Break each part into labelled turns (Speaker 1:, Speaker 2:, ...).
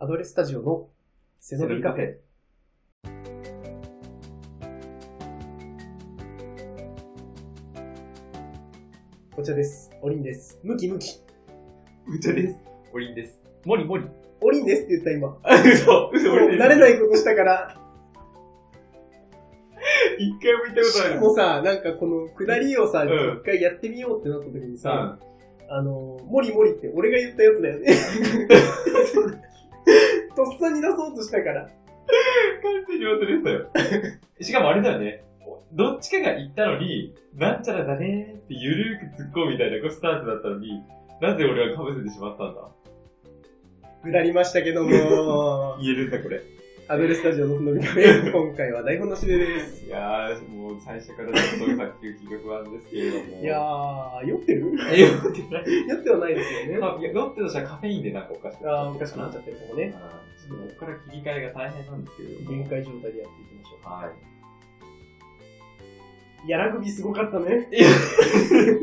Speaker 1: ドレスタジオの背伸びカフェ。こちらです。おりんです。ムキムキ。
Speaker 2: うちです。おりんです。もりもり。
Speaker 1: おりんですって言った今。 も
Speaker 2: あ、嘘、嘘、
Speaker 1: う慣れ
Speaker 2: い。
Speaker 1: ないことしたから、
Speaker 2: 一回も言ったことない
Speaker 1: もうさ、なんかこの下りをさ、
Speaker 2: うん
Speaker 1: 一回やってみようってなった時にさ、
Speaker 2: さ
Speaker 1: あの、モリモリって俺が言ったやつだよね。 とっさに出そうとしたから。
Speaker 2: あ、完全に忘れてたよ。しかもあれだよね。どっちかが言ったのに、なんちゃらだねーってゆるーく突っ込むみたいなこうスタンスだったのに、なぜ俺は被せてしまったんだ
Speaker 1: 下りましたけど も、
Speaker 2: 言えるんだこれ。
Speaker 1: アドレスタジオののみカフェ、今回は台本なしでです。
Speaker 2: いやー、もう最初からちょっと作球気が不安ですけれども。
Speaker 1: いやー、酔ってる
Speaker 2: え、酔ってな い。
Speaker 1: 酔ってはないですよね。
Speaker 2: まあいや酔ってたとしたらカフェインでなんかおかしく
Speaker 1: あー、おかしくなっちゃってるかもね。
Speaker 2: あーちょっとここから切り替えが大変なんですけれども。
Speaker 1: 限界状態でやっていきましょうか。
Speaker 2: はい。
Speaker 1: いや、ラグビーすごかったね。
Speaker 2: いや
Speaker 1: その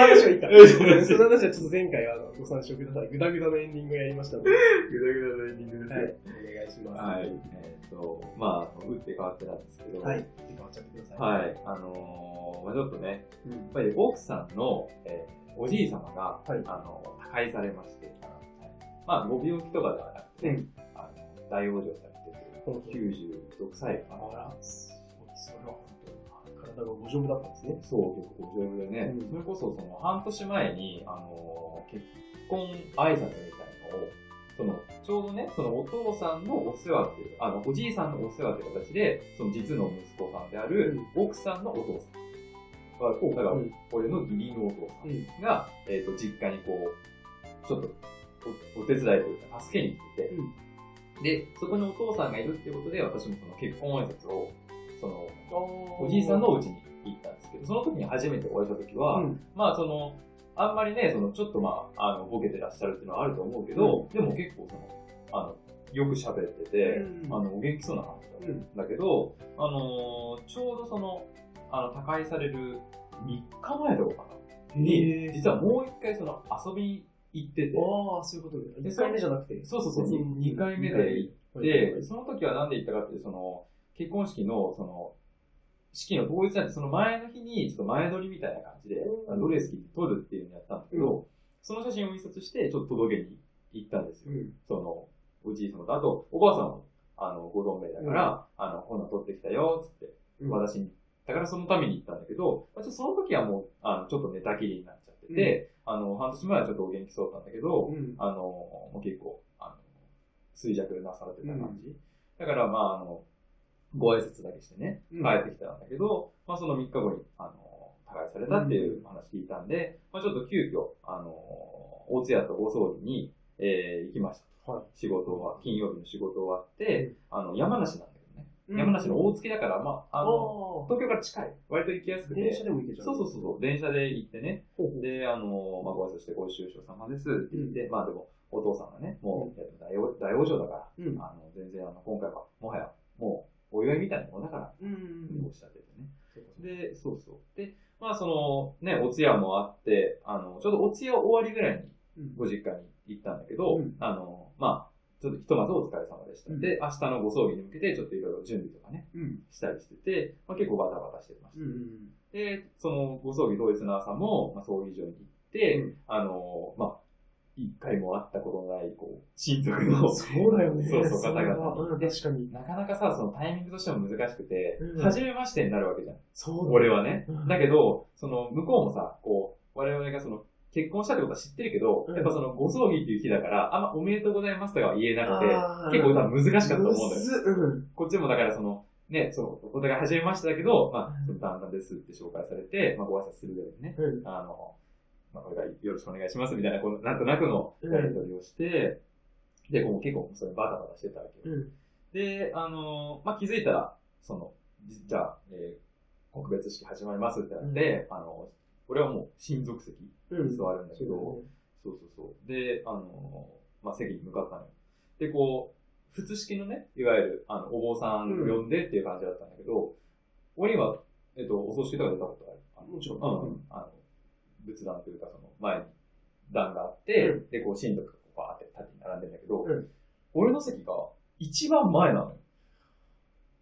Speaker 1: 話はいいか。
Speaker 2: うんその話
Speaker 1: その話はちょっと前回はあのご参照ください。グダグダのエンディングやりましたので。はい。
Speaker 2: ぐだぐだのエンディング
Speaker 1: お
Speaker 2: で
Speaker 1: 願
Speaker 2: す
Speaker 1: いします。
Speaker 2: はい。えっ、と、まあ、打って変わってなんですけど、
Speaker 1: はい。ちょっと変わっちゃってください。
Speaker 2: はい。あのーまあちょっとね、
Speaker 1: うん
Speaker 2: やっぱり奥さんの、えーおじい様が、
Speaker 1: はい
Speaker 2: あの、他界されまして、まあ、ご病気とかではなくて、
Speaker 1: うん
Speaker 2: あの大往生さ
Speaker 1: この
Speaker 2: れてて、96歳か
Speaker 1: あ
Speaker 2: な。
Speaker 1: ら、そうですよね。体がご丈夫だったんですね。
Speaker 2: そう、結構ご病気でね、
Speaker 1: うん
Speaker 2: それこそ、その、半年前に、あのー結婚挨拶みたいのを、その、ちょうどね、そのお父さんのお世話っていう、あの、おじいさんのお世話って形で、その実の息子さんである、奥さんのお父さん。だから、
Speaker 1: うん
Speaker 2: 俺の義理のお父さんが、えっ、と、実家にこう、ちょっとお、お手伝いというか、助けに来てて、で、そこにお父さんがいるっていうことで、私もその結婚挨拶を、その、
Speaker 1: お
Speaker 2: おじいさんのお家に行ったんですけど、その時に初めてお会いした時は、
Speaker 1: うん
Speaker 2: まあその、あんまりね、そのちょっとまあ、あの、ボケてらっしゃるっていうのはあると思うけど、でも結構その、あの、よく喋ってて、
Speaker 1: うん
Speaker 2: あの、お元気そうな感じだったんだけど、あのーちょうどその、あの、他界される3日前だろうか
Speaker 1: へ
Speaker 2: な、に、
Speaker 1: ー
Speaker 2: 実はもう一回その、遊びに行ってて、
Speaker 1: ああ、そういうことで。2回目じゃなくて。
Speaker 2: そうそうそう、
Speaker 1: 別に
Speaker 2: 2回目で行っ
Speaker 1: はい
Speaker 2: で、その時は何で言ったかっていう、その、結婚式の、その、式の当日なんで、その前の日に、ちょっと前撮りみたいな感じで
Speaker 1: う、ん
Speaker 2: ドレス着て撮るっていうのをやったんだけど、その写真を印刷して、ちょっと届けに行ったんです
Speaker 1: う
Speaker 2: よ。
Speaker 1: ん。
Speaker 2: その、おじい様と、あと、おばあさんも、あの、ご存命だから、あの、こんなん撮ってきたよ、つって、
Speaker 1: うん
Speaker 2: 私に。だからそのために行ったんだけど、まあ、ちょっとその時はもう、あの、ちょっと寝たきりになっちゃってて、あの、半年前はちょっとお元気そうだったんだけど、
Speaker 1: うん。
Speaker 2: あの、もう結構、あの、衰弱なされてた感じ。だから、まあ、あの、ご挨拶だけしてね、
Speaker 1: うん
Speaker 2: 帰ってきたんだけど、まあ、その3日後に、あの、他界されたっていう話聞いたんで、まあ、ちょっと急遽、あの、大津屋とご葬儀に、えー行きました。
Speaker 1: はい
Speaker 2: 仕事は、金曜日の仕事終わって、あの、山梨なんだけど
Speaker 1: う
Speaker 2: ね。
Speaker 1: ん
Speaker 2: 山梨の大月だから、まあ、あの、
Speaker 1: あ
Speaker 2: 東京から近い。割と行きやす
Speaker 1: あ、
Speaker 2: くて。
Speaker 1: 電車でも行けちゃう。
Speaker 2: そうそうそうそう、電車で行ってね、
Speaker 1: ほうほう
Speaker 2: で、あの、まあ、ご挨拶してご愁傷様ですって言って、まあでも、お父さんがね、もう、いや大往大往生だから、
Speaker 1: うん
Speaker 2: あの、全然、あの、今回は、もはや、もう、お祝いみたいなものだから、
Speaker 1: うん
Speaker 2: おっしゃっててね。で、そうそう。で、まあ、その、ね、お通夜もあって、あの、ちょうどお通夜終わりぐらいに、
Speaker 1: うん。
Speaker 2: ご実家に行ったんだけど、
Speaker 1: うん
Speaker 2: あの、まあ、ちょっとひとまずお疲れ様でした。
Speaker 1: うん
Speaker 2: で、明日のご葬儀に向けて、ちょっといろいろ準備とかね、
Speaker 1: うん。
Speaker 2: したりしてて、まあ、結構バタバタしてました。
Speaker 1: うん。
Speaker 2: で、そのご葬儀当日の朝も、まあ、葬儀場に行って、
Speaker 1: うん
Speaker 2: あの、まあ、一回も会ったことのない、こう、親族の、
Speaker 1: そうだよね。
Speaker 2: そうそう、
Speaker 1: そ
Speaker 2: 方
Speaker 1: れは
Speaker 2: 々
Speaker 1: うん
Speaker 2: に。で
Speaker 1: 確かに。
Speaker 2: なかなかさ、そのタイミングとしても難しくて、
Speaker 1: うん
Speaker 2: 初めましてになるわけじゃん。
Speaker 1: そうだ
Speaker 2: 俺はね
Speaker 1: うん。
Speaker 2: だけど、その、向こうもさ、こう、我々がその、結婚したってことは知ってるけど、
Speaker 1: うん
Speaker 2: やっぱその、ご葬儀っていう日だから、あんまおめでとうございますとかは言えなくて、
Speaker 1: あー
Speaker 2: 結構さ、難しかったと思うんだよ
Speaker 1: む。ずうん。
Speaker 2: こっちもだからその、ね、そう、お互い初めましてだけど、ま
Speaker 1: う
Speaker 2: あ、
Speaker 1: ん
Speaker 2: その旦那ですって紹介されて、まあ、ご挨拶するぐらいでね、
Speaker 1: うん。
Speaker 2: あの、まあ、これからよろしくお願いしますみたいな、このなんとなくのやり取りをして、で、こう結構それバタバタしてたわけよ。
Speaker 1: うん。
Speaker 2: で、あの、まあ、気づいたら、その、じじゃあ、えー告別式始まりますってなって、あの、俺はもう親族席に
Speaker 1: うん。
Speaker 2: 座るんだけど、そうそうそう。で、あのーまあ、席に向かったのよ。で、こう、普通式のね、いわゆる、あの、お坊さん呼んでっていう感じだったんだけど、俺には、えっと、お葬式とか出たことがある。あの
Speaker 1: もちろん
Speaker 2: うん。あの、仏壇というか、その、前に段があって、
Speaker 1: う
Speaker 2: で、こう、親族がこバーって縦に並んでんだけど、
Speaker 1: うん
Speaker 2: 俺の席が一番前なのよ。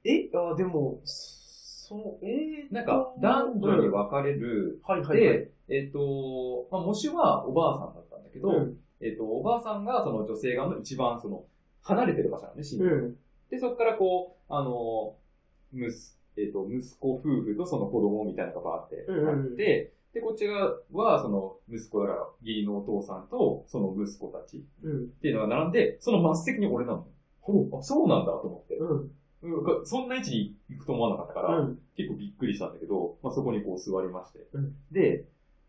Speaker 1: えあ、でも、そう、えー、
Speaker 2: なんか、男女に分かれる。
Speaker 1: はいはいはい。
Speaker 2: で、えっ、と、まあ、模試はおばあさんだったんだけど、
Speaker 1: うん。
Speaker 2: えっ、と、おばあさんがその女性側の一番その、離れてる場所なのね、身長
Speaker 1: うん。
Speaker 2: で、そこからこう、あの、むす、えっ、と、息子夫婦とその子供みたいなのがバーって
Speaker 1: うんうん
Speaker 2: あって、で、こっち側は、その、息子やら、義理のお父さんと、その息子たちっ
Speaker 1: うん。
Speaker 2: ていうのが並んで、その真っ席に俺なの。あ、そうなんだと思って。
Speaker 1: うん。
Speaker 2: うん、そんな位置に行くと思わなかったから、
Speaker 1: うん。
Speaker 2: 結構びっくりしたんだけど、まあ、そこにこう座りまして。
Speaker 1: うん
Speaker 2: で、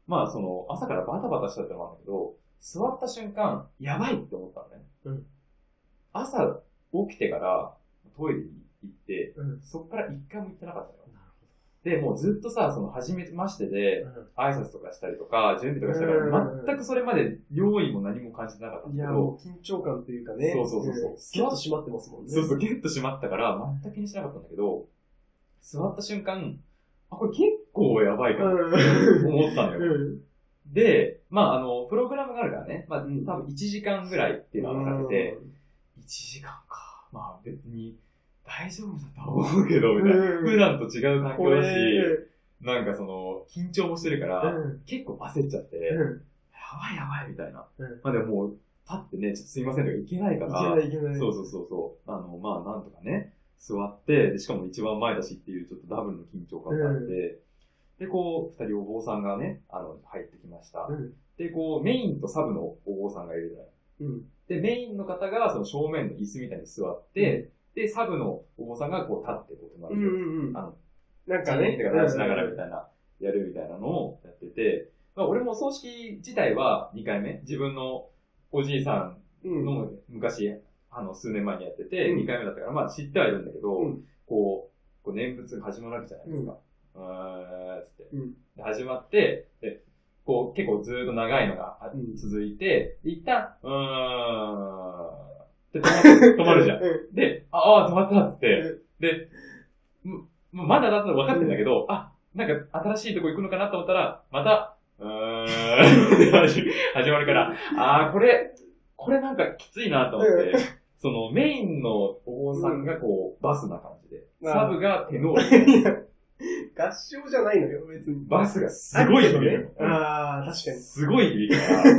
Speaker 2: まあその朝からバタバタしたってのもあるんだけど、座った瞬間、やばいって思ったのね。
Speaker 1: うん
Speaker 2: 朝起きてからトイレに行って、
Speaker 1: うん。
Speaker 2: そこから一回も行ってなかったのよ。で、もうずっとさ、その初めましてで、挨拶とかしたりとか、準備とかしたか
Speaker 1: う
Speaker 2: ら
Speaker 1: ん、
Speaker 2: 全くそれまで用意も何も感じてなかったん
Speaker 1: い
Speaker 2: だ
Speaker 1: や、
Speaker 2: けど、
Speaker 1: もう緊張感というかね。
Speaker 2: そうそうそうそう
Speaker 1: キュッと締まってますもんね。
Speaker 2: そうそう、ギュッと閉まったから、全く気にしなかったんだけど、座った瞬間、あ、これ結構やばいかなって
Speaker 1: う
Speaker 2: 思ったのよ。
Speaker 1: ん。
Speaker 2: で、まあ、あの、プログラムがあるからね、まあ、多
Speaker 1: うん
Speaker 2: 分1時間ぐらいっていうのが分かってて、1時間か。まあ、別に大丈夫だと思うけど、みたいな。
Speaker 1: うん
Speaker 2: 普段と違う環
Speaker 1: こ
Speaker 2: 境だし、
Speaker 1: れ、
Speaker 2: なんかその、緊張もしてるから、
Speaker 1: う
Speaker 2: 結構焦っちゃって、や
Speaker 1: ん。
Speaker 2: ばいやばいみたいな。
Speaker 1: うん
Speaker 2: まあでももう、立ってね、ちょっとすいませんとかいけないから、
Speaker 1: いけないいけない。
Speaker 2: そうそうそうそう。あの、まあ、なんとかね、座って、でしかも一番前だしっていう、ちょっとダブルの緊張感があって、で、こう、二人お坊さんがね、あの、入ってきました。
Speaker 1: うん。
Speaker 2: で、こう、メインとサブのお坊さんがいるじゃない。
Speaker 1: うん。
Speaker 2: で、メインの方が、その正面の椅子みたいに座って、で、サブのお坊さんがこう立って、こう
Speaker 1: うん
Speaker 2: 隣で、
Speaker 1: うんうん。
Speaker 2: あの、
Speaker 1: なん
Speaker 2: チ
Speaker 1: か
Speaker 2: ャレ
Speaker 1: ね
Speaker 2: ンジ。とか出しながらみたいな、やるみたいなのをやってて、まあ、俺も葬式自体は2回目、自分のおじいさん
Speaker 1: うん。
Speaker 2: のも昔、あの、数年前にやってて、
Speaker 1: うん
Speaker 2: 2回目だったから、まあ知ってはいるんだけど、
Speaker 1: うん
Speaker 2: こう、こう念仏が始まるわけじゃないですか。うーん、つって。
Speaker 1: うん
Speaker 2: で始まって、で、こう、結構ずーっと長いのがあ
Speaker 1: うん
Speaker 2: 続いて、一旦、うーん、って止まる止まるじゃん。
Speaker 1: う
Speaker 2: で、ああー、止まったっつって
Speaker 1: う、
Speaker 2: で、むむまだだと分かってんだけど、あ、なんか新しいとこ行くのかなと思ったら、また、うーん、 始まるから、ああ、これ、これなんかきついなと思って、そのメインのお坊さんがこう、バスな感じで、
Speaker 1: うん
Speaker 2: サブがテノール、
Speaker 1: ん。いや合唱じゃないのよ、別に。
Speaker 2: バスがすごい響く
Speaker 1: ね。
Speaker 2: のよ。
Speaker 1: ああ、確かに。
Speaker 2: すごい響くから、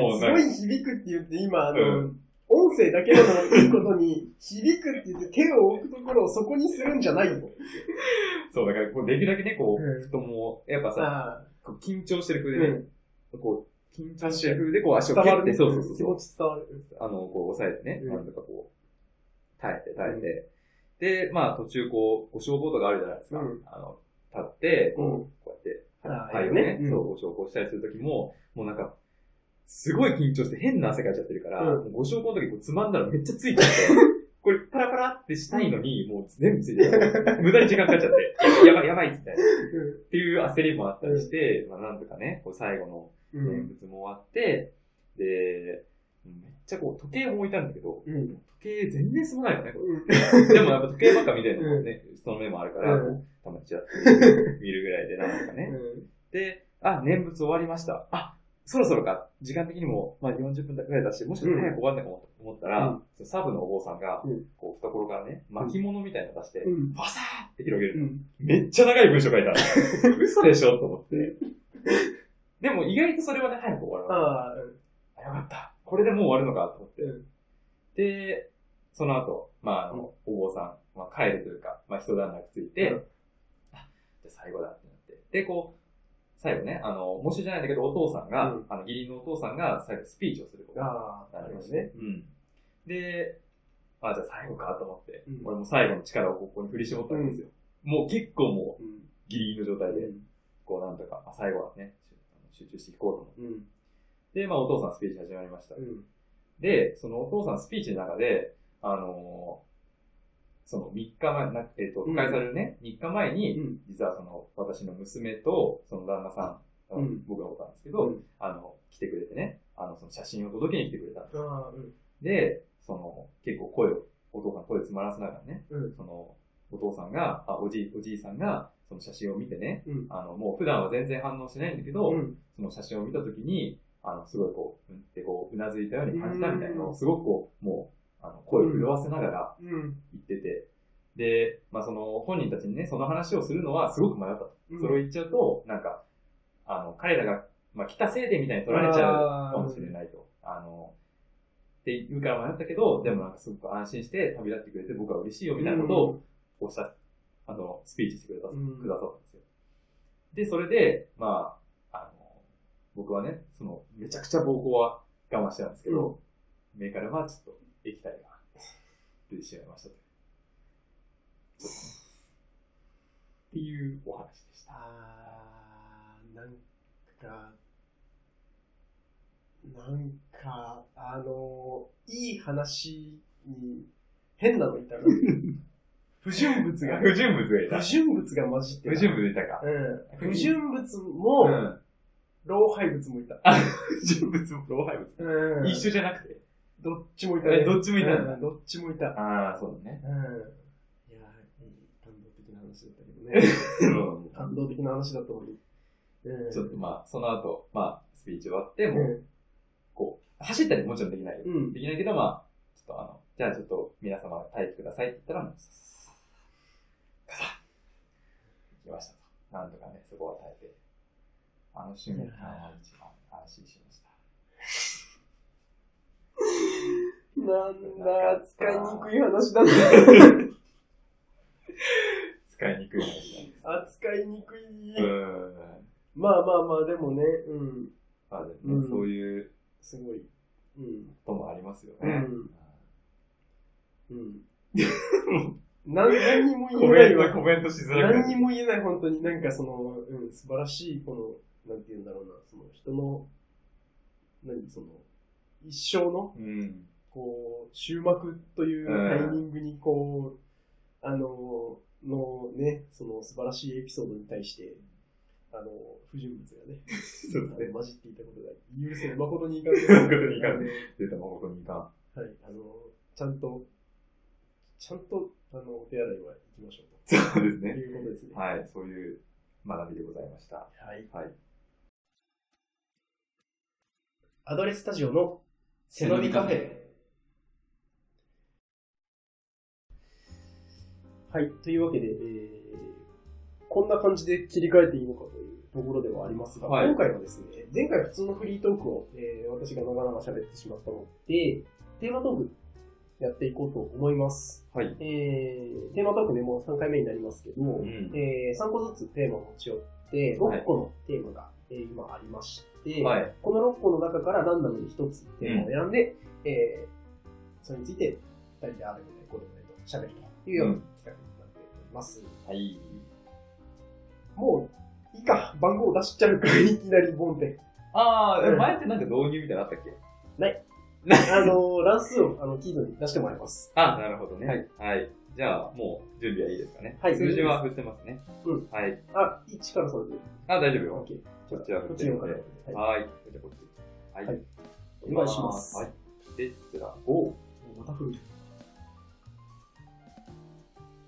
Speaker 2: もう
Speaker 1: す
Speaker 2: なん
Speaker 1: ご
Speaker 2: か
Speaker 1: い響くって言って、今、あの、
Speaker 2: う
Speaker 1: 音声だけだといいことに、響くって言って手を置くところをそこにするんじゃないよ。
Speaker 2: そう、だからこうできるだけね、こ
Speaker 1: うん
Speaker 2: う、人も、やっぱさ、
Speaker 1: ああ、
Speaker 2: こう緊張してる
Speaker 1: う
Speaker 2: 風でね、
Speaker 1: ん。
Speaker 2: こう、緊張してる風でこう足を蹴
Speaker 1: 伝わ
Speaker 2: っ
Speaker 1: るね。
Speaker 2: て、そうそうそう
Speaker 1: 気
Speaker 2: そう
Speaker 1: 持。ち伝わる。
Speaker 2: あの、こう、押さえてね、
Speaker 1: うん
Speaker 2: なんとかこう、耐えて、耐えて。で、まあ、途中、こう、ご消防とかあるじゃないですか。
Speaker 1: うん
Speaker 2: あの、立って、こう、
Speaker 1: う
Speaker 2: こうやって、
Speaker 1: ああ
Speaker 2: はい
Speaker 1: いいよねうん
Speaker 2: そう、ご消防したりするときも、もうなんか、すごい緊張して変な汗かいちゃってるから、
Speaker 1: うん
Speaker 2: もうご消防の時こうつまんだらめっちゃつい ちゃって、これパラパラってしたいのに、もう全部ついてた。 無駄に時間かかっちゃって、やばいやばいみたいな。っていう焦りもあったりして、まあなんとかね、こう最後の
Speaker 1: うん。う
Speaker 2: 念
Speaker 1: ん。
Speaker 2: 仏も終わって、で、めっちゃこう、時計も置いたんだけど、
Speaker 1: うん。
Speaker 2: 時計全然進まない よね、こ
Speaker 1: うん
Speaker 2: れ。でもやっぱ時計ばっか見てるのもね、その目もあるから、
Speaker 1: うん
Speaker 2: たまっちゃって、見るぐらいでなんとかね。
Speaker 1: うん
Speaker 2: で、あ、念仏終わりました。あ、そろそろか。時間的にも、まあ40分ぐらいだし、もしかしたら早く終わんないかもと思ったら、
Speaker 1: うん
Speaker 2: そのサブのお坊さんが
Speaker 1: うん、
Speaker 2: こう、懐からね、巻物みたいなの出して、
Speaker 1: うん。
Speaker 2: バサーって広げる。
Speaker 1: うん。
Speaker 2: めっちゃ長い文章書 いた。嘘でしょと思って。でも意外とそれはね、早く終わらな
Speaker 1: あ
Speaker 2: い。
Speaker 1: あ、
Speaker 2: あ、よかった。これでもう終わるのかと思って。
Speaker 1: うん
Speaker 2: で、その後、まあ、あの、お坊さん、まあ、帰るというか、まあ、一段落ついて、
Speaker 1: うん
Speaker 2: あ、じゃあ最後だってなって。で、こう、最後ね、あの、もしじゃないんだけど、お父さんが、
Speaker 1: うん
Speaker 2: あの、義理のお父さんが最後スピーチをすることに
Speaker 1: ああ、
Speaker 2: な
Speaker 1: な
Speaker 2: り
Speaker 1: る
Speaker 2: ま
Speaker 1: ほ
Speaker 2: し
Speaker 1: ど
Speaker 2: て、
Speaker 1: ね。
Speaker 2: うん。で、あ、じゃあ最後かと思って、
Speaker 1: うん
Speaker 2: 俺も最後の力をここに振り絞ったんですよ。もう結構もう、
Speaker 1: うん。
Speaker 2: ギリギリの状態で、こうなんとか、あ最後はね、集中していこうと思って。
Speaker 1: うん。
Speaker 2: で、まあお父さんスピーチ始まりました
Speaker 1: う。ん。
Speaker 2: で、そのお父さんスピーチの中で、あのーその3日前、なえっ、
Speaker 1: う
Speaker 2: と、
Speaker 1: ん
Speaker 2: 誤解されるね、3日前に、
Speaker 1: うん
Speaker 2: 実はその私の娘と、その旦那さん、あの
Speaker 1: うん
Speaker 2: 僕がおったんですけど、
Speaker 1: うん。
Speaker 2: あの、来てくれてね、あの、その写真を届けに来てくれたんです。
Speaker 1: ああ、うん。
Speaker 2: で、その、結構声を、お父さん声詰まらせながらね、
Speaker 1: うん。
Speaker 2: その、お父さんが、あ、おじい、おじいさんが、その写真を見てね、
Speaker 1: うん。
Speaker 2: あの、もう普段は全然反応しないんだけど、
Speaker 1: うん。
Speaker 2: その写真を見たときに、あの、すごいこう、うんってってこう、うなずいたように感じたみたいなのを、すごくこう、もう、あの、声を震わせながら
Speaker 1: うん。
Speaker 2: 言ってて、で、まあその、本人たちにね、その話をするのはすごく迷ったと。それを言っちゃうと、なんか、あの、彼らが、まあ来たせいでみたいに取られちゃう
Speaker 1: う
Speaker 2: かもしれないと。あの、って言うから迷ったけど、でもなんかすごく安心して旅立ってくれて僕は嬉しいよみたいなことをおっしゃっあの、スピーチしてくれた、
Speaker 1: うん
Speaker 2: くださったんですよ。で、それで、まあ、あの、僕はね、その、めちゃくちゃ暴行は我慢してたんですけど、目からはちょっと液体が出てしまいましたと。ちょっとっていうお話でした。
Speaker 1: あー、なんか、なんか、あのいい話に変なのいたな。不純物が、
Speaker 2: 不純物がいた
Speaker 1: 不。純物が混じって
Speaker 2: 不
Speaker 1: た。
Speaker 2: 純物いたか。
Speaker 1: うん。不純物
Speaker 2: う
Speaker 1: も、
Speaker 2: ん。
Speaker 1: 老廃物もいた。
Speaker 2: 不純物も老廃物。
Speaker 1: うん。
Speaker 2: 一緒じゃなくて。
Speaker 1: どっちもいた
Speaker 2: え
Speaker 1: ね。
Speaker 2: どっちもいたんだ
Speaker 1: うんどっちもいた。
Speaker 2: ああ、そうだね。
Speaker 1: うん。いやー、いい感動的な話だったけどね。感動的な話だったのに。うん
Speaker 2: ちょっとまあ、その後、まあ、スピーチ終わって、もう、
Speaker 1: う
Speaker 2: こう、走ったりもちろんできないよ。
Speaker 1: ん。うん
Speaker 2: できないけど、まあ、ちょっとあの、じゃあちょっと皆様待機くださいって言ったら、もう、ささささガサッ行きましたと。なんとかね、そこは耐えて、あの瞬間は一番安心しました。
Speaker 1: なんだ、扱いにくい話だね。
Speaker 2: 使いにくい話なんで す。
Speaker 1: 扱いにくい。
Speaker 2: うーん。
Speaker 1: まあまあまあ、でもね、うん、
Speaker 2: まあでもね、
Speaker 1: うん
Speaker 2: そういう
Speaker 1: すごい。うん。
Speaker 2: こともありますよね。
Speaker 1: うんうん。 何何にも言えないわ。
Speaker 2: コメントしづ
Speaker 1: 何にも言えない、本当に。なんかその、うん、素晴らしい、この、なんて言うんだろうな、その人の、何、その、一生の、
Speaker 2: うん。
Speaker 1: こう、終幕というタイミングに、こう、あの、のね、その素晴らしいエピソードに対して、あの、不純物がね、
Speaker 2: そうですね。
Speaker 1: 混じっていたことが許せない。誠にいかん。
Speaker 2: 誠にいかん出た誠にいかん。
Speaker 1: あのはい、あの、ちゃんと、ちゃんと、あの、お手洗いは行きましょう
Speaker 2: そうです
Speaker 1: と
Speaker 2: ね。
Speaker 1: いうことですね。
Speaker 2: はい、そういう学びでございました。
Speaker 1: はい。
Speaker 2: はい。
Speaker 1: アドレススタジオの背伸びカフェ。はい、というわけで、えーこんな感じで切り替えていいのかというところではありますが、
Speaker 2: はい
Speaker 1: 今回はですね、前回普通のフリートークを、えー私が長々喋ってしまったので、テーマトークやっていこうと思います。
Speaker 2: はい。
Speaker 1: えーテーマトークでもう3回目になりますけど、
Speaker 2: ん
Speaker 1: え3個ずつテーマを持ち寄って、
Speaker 2: はい
Speaker 1: 6個のテーマが、えー今ありまして、
Speaker 2: はい。
Speaker 1: この6個の中からランダムに1つテーマを選んで、えーそれについて2人であれこれこれこれと喋るというような企画になっております。
Speaker 2: はい。
Speaker 1: もう、いいか、番号出しちゃうから、いきなりボン って。
Speaker 2: あー、
Speaker 1: うん
Speaker 2: 前ってなんか導入みたいなのあったっけ
Speaker 1: あのー、乱数をあのキードに出してもらいます。
Speaker 2: あ、なるほどね。はい。じゃあ、もう準備はいいですかね。
Speaker 1: はい
Speaker 2: 数字は振ってますね。
Speaker 1: うん。
Speaker 2: はい。
Speaker 1: あ、1から3で。
Speaker 2: あ、大丈夫
Speaker 1: OK じ
Speaker 2: よ。。
Speaker 1: ゃあ
Speaker 2: こっちは
Speaker 1: こっち4から。はい。
Speaker 2: はい。じゃあ、こっち。はい。
Speaker 1: はいお願いします
Speaker 2: はい。で、こちら、5。
Speaker 1: また振る。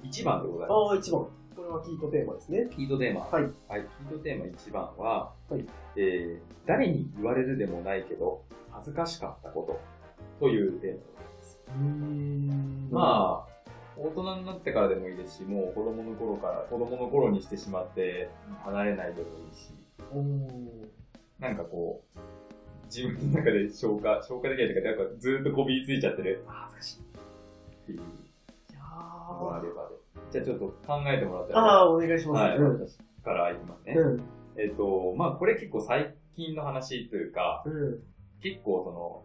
Speaker 2: 1番でございま
Speaker 1: ああ、1番。これはキートテーマですね。
Speaker 2: す。キードテーマ。
Speaker 1: はい。
Speaker 2: はい。ヒントテーマ1番は、
Speaker 1: はい
Speaker 2: えー誰に言われるでもないけど、恥ずかしかったことというテーマです。
Speaker 1: うん
Speaker 2: まあ、大人になってからでもいいですし、もう子供の頃から、子供の頃にしてしまって離れないでもいいし、
Speaker 1: あ、おー
Speaker 2: なんかこう、自分の中で消化、消化できないというか、なんかずっとこびりついちゃってる
Speaker 1: あー恥ずかしい。
Speaker 2: っていう
Speaker 1: いや
Speaker 2: のがあ
Speaker 1: ー
Speaker 2: ればで。じゃあちょっと考えてもらった
Speaker 1: あ
Speaker 2: ら、
Speaker 1: あ、お願いします。
Speaker 2: はい、
Speaker 1: うん
Speaker 2: 私からいきますね。
Speaker 1: うん。
Speaker 2: えっ、と、まあこれ結構最近の話というか、
Speaker 1: うん。
Speaker 2: 結構その、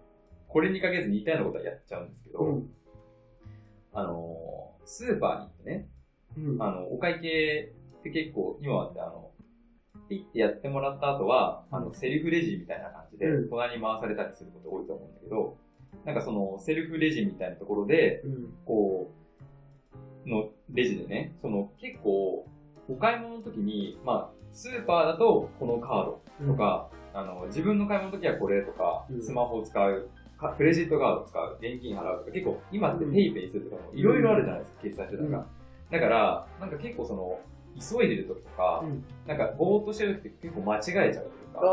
Speaker 2: これにかけずに似たようなことはやっちゃうんですけど、
Speaker 1: うん。
Speaker 2: あのー、スーパーに行ってね、
Speaker 1: うん。
Speaker 2: あの、お会計って結構、今はあの、ピッてやってもらった後は、あの、セルフレジみたいな感じで
Speaker 1: う、ん
Speaker 2: 隣に回されたりすること多いと思うんだけど、なんかその、セルフレジみたいなところで、
Speaker 1: うん。
Speaker 2: こう、のレジでね、その、結構、お買い物の時に、まあ、スーパーだとこのカード、とか、あの、自分の買い物の時はこれとか
Speaker 1: う、ん
Speaker 2: スマホを使う、かクレジットカードを使う、現金払うとか、結構今って
Speaker 1: うん
Speaker 2: ペイペイするとかもいろいろあるじゃないですか、決済手段が。だから、なんか結構その、急いでる時とか、
Speaker 1: うん
Speaker 2: なんかぼーっとしてる時って結構間違えちゃうという
Speaker 1: あ
Speaker 2: か、
Speaker 1: あ、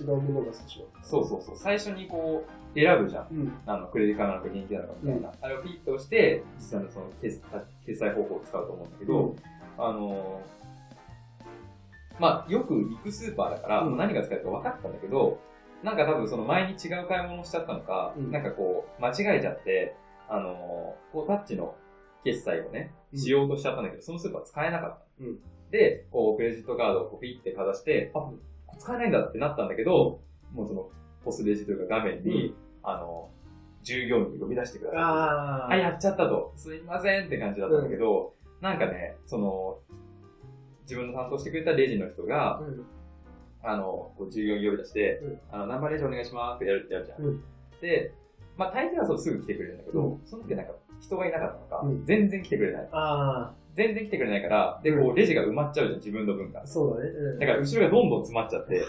Speaker 1: 違うものが少しは。
Speaker 2: そうそうそう、最初にこう、選ぶじゃん。
Speaker 1: うん。
Speaker 2: あの、クレジットカードなのか現金なのかみたいな。あれをピッと押して、実際のその決決済方法を使うと思うんだけど、あのーまあ、よく行くスーパーだから、
Speaker 1: うん
Speaker 2: もう何が使えるか分かってたんだけど、なんか多分その前に違う買い物をしちゃったのか、
Speaker 1: うん
Speaker 2: なんかこう、間違えちゃって、あのーこうタッチの決済をね、
Speaker 1: うん
Speaker 2: しようとしちゃったんだけど、そのスーパー使えなかった。
Speaker 1: うん
Speaker 2: で、こう、クレジットカードをこうピッてかざして、あ、使えないんだってなったんだけど、もうその、ポスレジというか画面に、あの、従業員を呼び出してください。
Speaker 1: ああ。
Speaker 2: あ、やっちゃったと。すいませんって感じだったんだけど、なんかね、その、自分の担当してくれたレジの人が、
Speaker 1: うん。
Speaker 2: あの、こう従業員呼び出して、
Speaker 1: うん
Speaker 2: あの、ナンバーレジお願いしますってやるってやるじゃん。
Speaker 1: うん
Speaker 2: で、まあ大抵はそうすぐ来てくれるんだけど、
Speaker 1: う
Speaker 2: その時なんか人がいなかったのか、
Speaker 1: うん
Speaker 2: 全然来てくれない。
Speaker 1: あ
Speaker 2: 全然来てくれないから、で、こうレジが埋まっちゃうじゃん、自分の分が
Speaker 1: あ、。そうだね。うん、
Speaker 2: だから後ろがどんどん詰まっちゃって、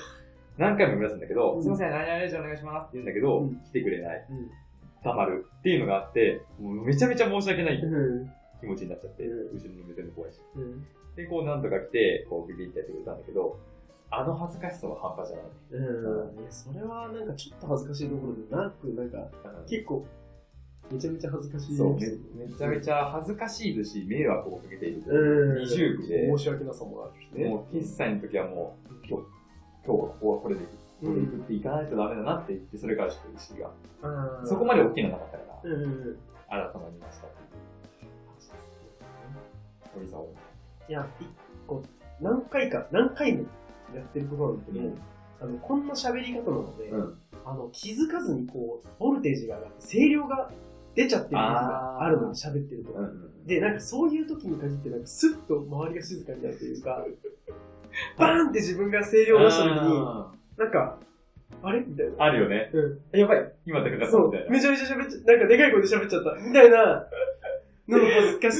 Speaker 2: 何回も呼び出すんだけど、
Speaker 1: うん
Speaker 2: すいません、何々レジお願いしますって言うんだけど、
Speaker 1: うん
Speaker 2: 来てくれない。
Speaker 1: うん。
Speaker 2: 溜まるっていうのがあって、もうめちゃめちゃ申し訳ない
Speaker 1: うん。
Speaker 2: 気持ちになっちゃって、後
Speaker 1: う
Speaker 2: ろに目線も怖いし。
Speaker 1: うん。
Speaker 2: で、こうなんとか来て、こうビビってやってくれたんだけど、あの恥ずかしさは半端じゃない。
Speaker 1: うん。いや、それはなんかちょっと恥ずかしいところで、なんく、なんか、結構、めちゃめちゃ恥ずかしい
Speaker 2: そ
Speaker 1: で
Speaker 2: う、め
Speaker 1: すよね
Speaker 2: めちゃめちゃ恥ずかしいですし、迷惑をかけている。
Speaker 1: うん。
Speaker 2: 二重苦で
Speaker 1: 申し訳なさもあるしね。
Speaker 2: もう決済の時はもう、今日、今日はここはこれで
Speaker 1: う
Speaker 2: 行く。
Speaker 1: ん。
Speaker 2: 行っていかないとダメだなって言って、それからちょっと意識が。
Speaker 1: あー
Speaker 2: そこまで大きいのなかったから、
Speaker 1: うんうん。
Speaker 2: 改まりましたっていう話ですね。堀さんは。
Speaker 1: いや、一個、何回か、何回もやってることなんだけど、あの、こんな喋り方なので、
Speaker 2: うん
Speaker 1: あの、気づかずにこう、ボルテージが上がって、声量が出ちゃってる時があるのに喋ってると
Speaker 2: う
Speaker 1: か
Speaker 2: ん。うん
Speaker 1: で、なんかそういう時に限って、なんかスッと周りが静かになるという か、バーンって自分が声量を出した時に、
Speaker 2: あ
Speaker 1: なんか、あれみたい
Speaker 2: ー
Speaker 1: な。
Speaker 2: あるよね。
Speaker 1: うん。
Speaker 2: やばい、今だけ出す
Speaker 1: そ
Speaker 2: み
Speaker 1: う
Speaker 2: たいな。。
Speaker 1: めちゃめちゃ喋っちゃ、なんかでかい声で喋っちゃった。みたいな、のの恥ずかし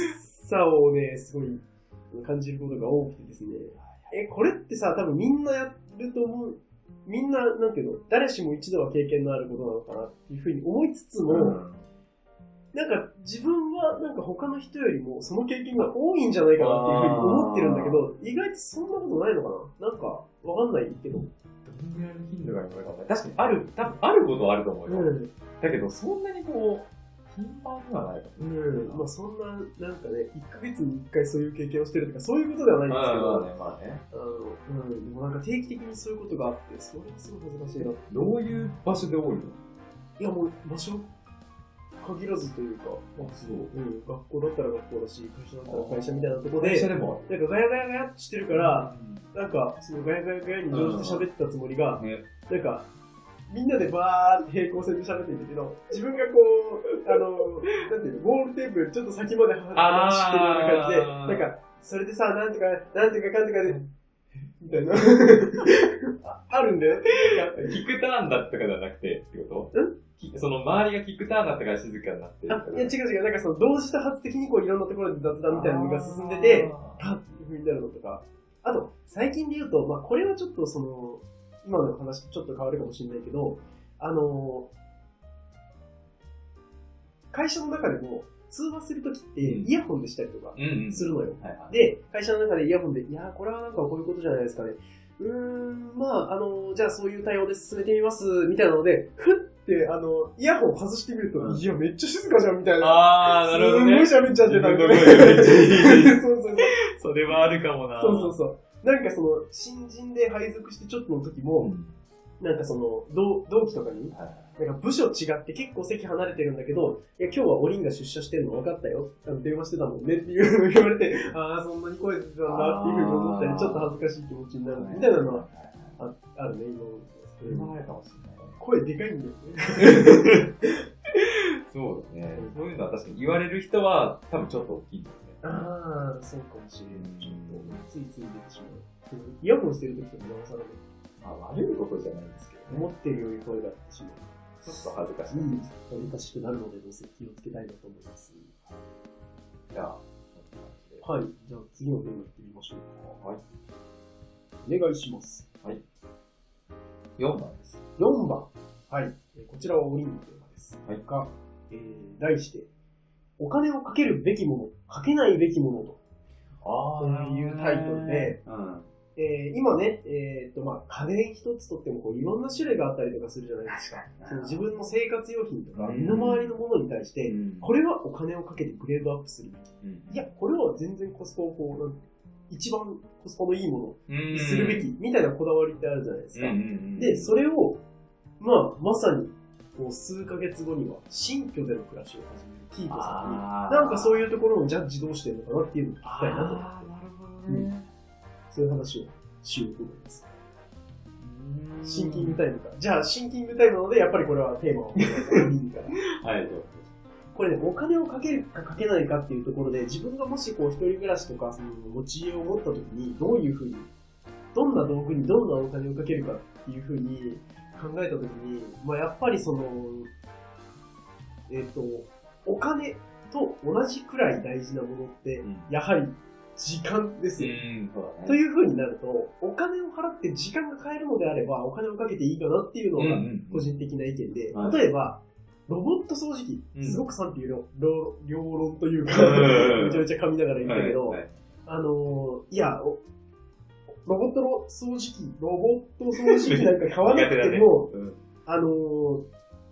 Speaker 1: さをね、すごい感じることが多くてですね。え、これってさ、多分みんなやると思う。みんな、なんていうの、誰しも一度は経験のあることなのかなっていうふうに思いつつも、
Speaker 2: うん
Speaker 1: なんか自分はなんか他の人よりもその経験が多いんじゃないかなっていうふうに思ってるんだけど、意外とそんなことないのかななんかわかんないけど。
Speaker 2: どのぐらいの頻度がいいのかわかんない確かにある、多分あることはあると思うよ。
Speaker 1: うん。
Speaker 2: だけど、そんなにこう、頻繁にはないか
Speaker 1: う
Speaker 2: も。
Speaker 1: ん。まあそんな、なんかね、1ヶ月に1回そういう経験をしてるとかそういうことではないんですけど、
Speaker 2: ね、まあね。
Speaker 1: あの、うん。でもなんか定期的にそういうことがあって、それがすごい恥ずかしいな。
Speaker 2: どういう場所で多いの
Speaker 1: いやもう場所限らずというか、
Speaker 2: あ、そう。
Speaker 1: うん、学校だったら学校だし、会社だったら会社みたいなところで、
Speaker 2: 会社でも
Speaker 1: なんかガヤガヤガヤってしてる
Speaker 2: あ
Speaker 1: か
Speaker 2: る。
Speaker 1: ら、なんかそのガヤガヤガヤに乗じて喋ってたつもりが、
Speaker 2: ね、
Speaker 1: なんか、みんなでバーって平行線で喋ってるんだけど、自分がこう、あの、なんていうの、ゴールテープよりちょっと先まで話してるような感じで、
Speaker 2: あー
Speaker 1: なんか、それでさ、なんとか、なんとかかんとかで、みたいな。ああるんだよ。なんか
Speaker 2: キックターンだったかじゃなくてってこと
Speaker 1: ん
Speaker 2: きその周りがキックターンだったから静かになってる
Speaker 1: あいや違う
Speaker 2: う。
Speaker 1: 違う、なんかその同時多発的にこういろんなところで雑談みたいなのが進んでて、
Speaker 2: あ
Speaker 1: あっていう風になるのとか、あと最近で言うと、まあこれはちょっとその、今の話とちょっと変わるかもしれないけど、あの会社の中でも通話するときって
Speaker 2: うん
Speaker 1: イヤホンでしたりとか
Speaker 2: ーうんうん。
Speaker 1: するのよ。
Speaker 2: はいはい。
Speaker 1: で、会社の中でイヤホンで、いやー、これはなんかこういうことじゃないですかね。うーん、まあ、あの、じゃあそういう対応で進めてみます、みたいなので、ふって、あの、イヤホン外してみると、
Speaker 2: うん
Speaker 1: いや、めっちゃ静かじゃん、みたいな。
Speaker 2: あー、なるほどね。
Speaker 1: すんごい喋っちゃってたん
Speaker 2: 自分の声より
Speaker 1: で。 そうそうそう。
Speaker 2: それはあるかもな。
Speaker 1: そうそうそう。なんかその、新人で配属してちょっとの時も、なんかその、同同期とかに、
Speaker 2: はいはい
Speaker 1: なんか部署違って結構席離れてるんだけど、いや、今日はおりんが出社してんの分かったよ。あの電話してたもんねっていうのを言われ て、ああ、そんなに声出てたんだっていうふうに思った
Speaker 2: あ
Speaker 1: り、
Speaker 2: ー
Speaker 1: ちょっと恥ずかしい気持ちになる
Speaker 2: はい
Speaker 1: みたいなのは
Speaker 2: は
Speaker 1: ああるね、今の。
Speaker 2: いそれはあるかもしれないね。
Speaker 1: 声でかいんだよね。
Speaker 2: そうだね。そういうのは確かに言われる人は多分ちょっと大きいんだよね。
Speaker 1: ああ、そうかもしれ
Speaker 2: うん
Speaker 1: ちょっと、ついつい出てしまう。イヤホンしてる時とかなおさらね、
Speaker 2: まあ悪いことじゃないんですけどね。
Speaker 1: 思ってるより声が出てしまう。
Speaker 2: ちょっと恥ずかしい。
Speaker 1: うん、難しくなるので、どうせ気をつけたいなと思います。
Speaker 2: じゃあ、
Speaker 1: はい、じゃあ次のテーマいってみましょう
Speaker 2: はい。
Speaker 1: か。お願いします。
Speaker 2: 4番です。
Speaker 1: 4番。はい、えーこちらはオリンのテーマです。
Speaker 2: はい
Speaker 1: が、えー題して、お金をかけるべきもの、かけないべきものと。
Speaker 2: ああ
Speaker 1: というタイトルで、
Speaker 2: うん。
Speaker 1: えー今ね、えーっと、まあ、家電一つとってもこういろんな種類があったりとかするじゃないですか。その自分の生活用品とか、
Speaker 2: うん
Speaker 1: 身の回りのものに対して、これはお金をかけてグレードアップする。いや、これは全然コスパをこう、なんて一番コスパのいいものにするべき、みたいなこだわりってあるじゃないですか。で、そ
Speaker 2: れ、
Speaker 1: れを、まあ、まさに、こう、数ヶ月後には、新居での暮らしを始めるキーコさんに、なんかそう
Speaker 2: う、
Speaker 1: いうところのジャッジどうしてるのかなっていうのを聞き
Speaker 2: あ
Speaker 1: たいな
Speaker 2: あー、なるほどね。
Speaker 1: と、そういう話をしようと思います。
Speaker 2: うん
Speaker 1: シンキングタイムか。じゃあ、シンキングタイムなので、やっぱりこれはテーマをいいから。
Speaker 2: はい、そう
Speaker 1: これね、お金をかけるかかけないかっていうところで、自分がもしこう、一人暮らしとか、その、持ち家を持った時に、どういうふうに、どんな道具にどんなお金をかけるかっていうふうに考えた時に、まあ、やっぱりその、えっ、と、お金と同じくらい大事なものって、やはり、時間ですよ。
Speaker 2: うん、そうだね。
Speaker 1: というふうになると、お金を払って時間が買えるのであれば、お金をかけていいかなっていうの
Speaker 2: うんう
Speaker 1: が、
Speaker 2: ん
Speaker 1: 個人的な意見で、
Speaker 2: はい
Speaker 1: 例えば、ロボット掃除機
Speaker 2: う、ん
Speaker 1: すごく賛否両論両論というか、
Speaker 2: う
Speaker 1: め
Speaker 2: ん
Speaker 1: ちゃめちゃ噛みながら言ったけど、
Speaker 2: はいはい
Speaker 1: あのーいや、おロボットの掃除機、ロボット掃除機なんか買わ なくても、
Speaker 2: うん
Speaker 1: あのー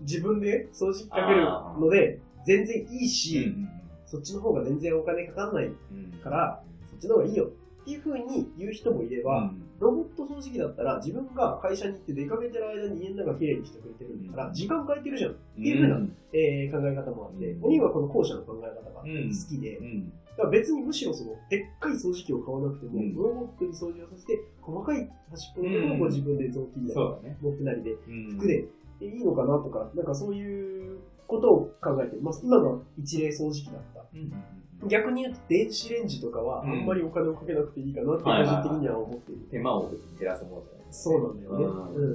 Speaker 1: 自分で掃除機かけるので、全然いいし、そっちの方が全然お金かかんないから、そっちの方がいいよっていうふうに言う人もいれば、ロボット掃除機だったら自分が会社に行って出かけてる間に家の中きれいにしてくれてるんだから、
Speaker 2: うん
Speaker 1: 時間変えてるじゃん、
Speaker 2: て
Speaker 1: いうふうなえー考え方もあって、
Speaker 2: うん
Speaker 1: お兄はこの後者の考え方が
Speaker 2: うん
Speaker 1: 好きで、
Speaker 2: う
Speaker 1: だ
Speaker 2: ん。
Speaker 1: から別にむしろそのでっかい掃除機を買わなくても、
Speaker 2: うん
Speaker 1: ロボットに掃除をさせて細かい端っこの部分を自分で雑巾なり、
Speaker 2: そうだね。
Speaker 1: 持ってなりで
Speaker 2: うん
Speaker 1: 服、でいいのかなとか、なんかそういうことを考えてます。今のは一例掃除機だった。
Speaker 2: うんうんうん
Speaker 1: 逆に言うと電子レンジとかはあ
Speaker 2: うん
Speaker 1: んまりお金をかけなくていいかなって個
Speaker 2: はいはいはい
Speaker 1: 人的には思っている。
Speaker 2: 手間を別に減らすものじゃない
Speaker 1: そうなんだよね。
Speaker 2: うん
Speaker 1: うん。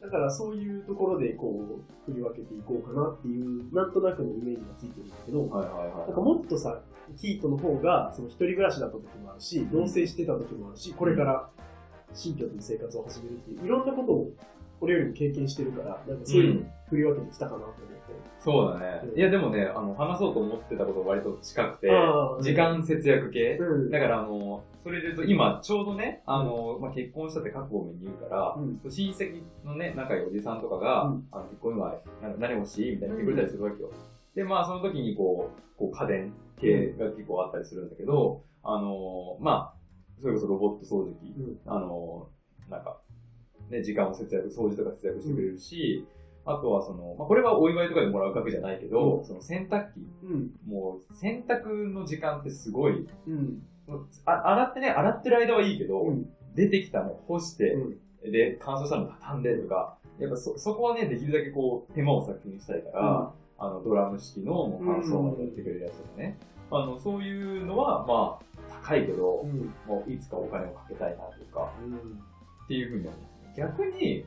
Speaker 1: だからそういうところでこう振り分けていこうかなっていう、なんとなくのイメージがついてるんだけど、
Speaker 2: はいはいはい。
Speaker 1: なんかもっとさ、ヒートの方がその一人暮らしだった時もあるし、同棲してた時もあるし、これから新居での生活を始めるっていう、いろんなことを俺よりも経験してるから、なんかそういうの振り分けてきたかなと思って。
Speaker 2: そうだね。いやでもね、あの、話そうと思ってたこと割と近くて、
Speaker 1: あー
Speaker 2: 時間節約系。
Speaker 1: うん。
Speaker 2: だからあの、それで言うと今ちょうどね、あの、まあ、結婚したって覚悟に言うから、
Speaker 1: うん
Speaker 2: 親戚のね、仲良いおじさんとかが、
Speaker 1: うん
Speaker 2: あの結婚祝い、なんか何欲しいみたいな言ってくれたりするわけよ。で、まあその時にこう、こう家電系が結構あったりするんだけど、あの、まあ、それこそロボット掃除機、
Speaker 1: うん
Speaker 2: あの、なんか、ね、時間を節約、掃除とか節約してくれるし、あとはその、まあ、これはお祝いとかでもらう額じゃないけど、その洗濯機、
Speaker 1: うん。
Speaker 2: もう洗濯の時間ってすごい、
Speaker 1: うん。
Speaker 2: あ洗ってね、洗ってる間はいいけど、
Speaker 1: うん
Speaker 2: 出てきたの干して、
Speaker 1: うん
Speaker 2: で、乾燥したの畳んでとか、やっぱそ、そこはね、できるだけこう、手間を削減したいから、あの、ドラム式のもう乾燥までやってくれるやつとかね、あの、そういうのは、まあ、高いけど
Speaker 1: う、ん。
Speaker 2: もういつかお金をかけたいなというか、
Speaker 1: うん
Speaker 2: っていうふうに思います。逆に、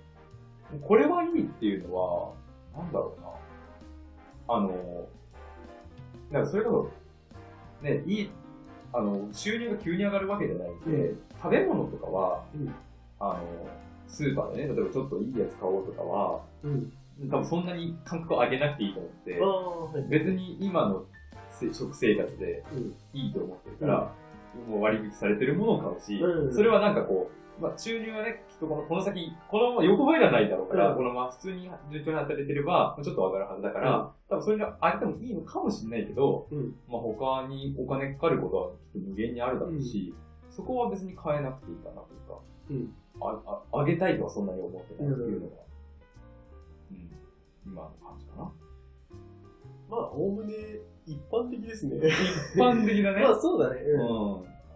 Speaker 2: これはいいっていうのは、なんだろうな。あの、なんかそれこそ、ね、いい、あの、収入が急に上がるわけじゃないんで、
Speaker 1: う
Speaker 2: 食べ物とかは、
Speaker 1: うん
Speaker 2: あの、スーパーでね、例えばちょっといいやつ買おうとかは、
Speaker 1: うん。
Speaker 2: 多分そんなに感覚を上げなくていいと思って
Speaker 1: あ、あ、はい。
Speaker 2: 別に今のせ食生活で
Speaker 1: うん
Speaker 2: いいと思ってるから、もう割引されてるものを買うし、
Speaker 1: うん
Speaker 2: それはなんかこう、まあ、収入はね、きっとこのこの先、このまま横ばいではないだろうから、
Speaker 1: うん
Speaker 2: このまま普通に順調に働いてれば、ちょっと上がるはずだから、多分それがあげてもいいのかもしれないけど、
Speaker 1: うん
Speaker 2: まあ、他にお金かかることはきっと無限にあるだろうし、そこは別に変えなくていいかなというか、
Speaker 1: うん
Speaker 2: ああ上げたいとはそんなに思ってないっていうのが、うん、今の感じかな。
Speaker 1: まあ、おおむね一般的ですね。
Speaker 2: 一般的だね。
Speaker 1: まあ、そうだね。うん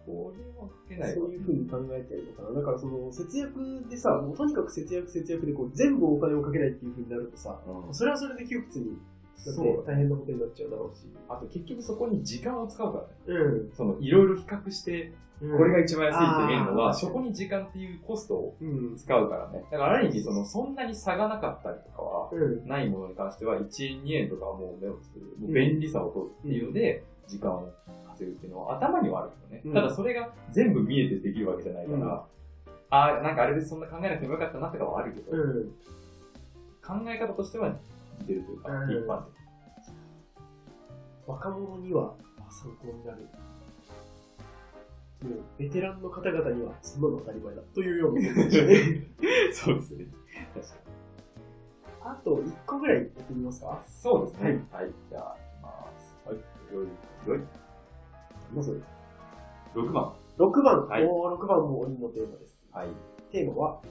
Speaker 2: これはかけないわ
Speaker 1: そういうふうに考えてるのかな。だからその節約でさ、もうとにかく節約節約でこう全部お金をかけないっていうふうになるとさ、
Speaker 2: うん
Speaker 1: それはそれで窮屈に、だって
Speaker 2: そうだね
Speaker 1: 大変なことになっちゃうだろうし。
Speaker 2: あと結局そこに時間を使うからね。
Speaker 1: う
Speaker 2: そのいろいろ比較して、
Speaker 1: ん。
Speaker 2: これが一番安いって見えるの
Speaker 1: あ
Speaker 2: は、
Speaker 1: ー
Speaker 2: そこに時間っていうコストを
Speaker 1: うん。
Speaker 2: 使うからね。だからある意味、そのそんなに差がなかったりとかは、
Speaker 1: うん。
Speaker 2: ないものに関しては1円2円とかはもう目をつぶる。もう便利さを取るっていうので、時間を稼ぐっていうのは頭にはあるけどね。
Speaker 1: うん
Speaker 2: ただそれが全部見えてできるわけじゃないか
Speaker 1: うん
Speaker 2: ら、ああ、なんかあれでそんな考えなくてもよかったなとかはあるけど、
Speaker 1: うん。
Speaker 2: 考え方としては似てるというか、
Speaker 1: うん
Speaker 2: 一般的。
Speaker 1: 若者には参考になる。もうベテランの方々にはそんなの当たり前だというような感じでね
Speaker 2: そうですね。確かに。
Speaker 1: あと1個ぐらいやってみますか
Speaker 2: そうですね。はい。じゃあ、いきます。はい。よい、よい。
Speaker 1: まず
Speaker 2: 6番。
Speaker 1: 6番、
Speaker 2: はい
Speaker 1: お6番も鬼のテーマです
Speaker 2: はい。
Speaker 1: テーマは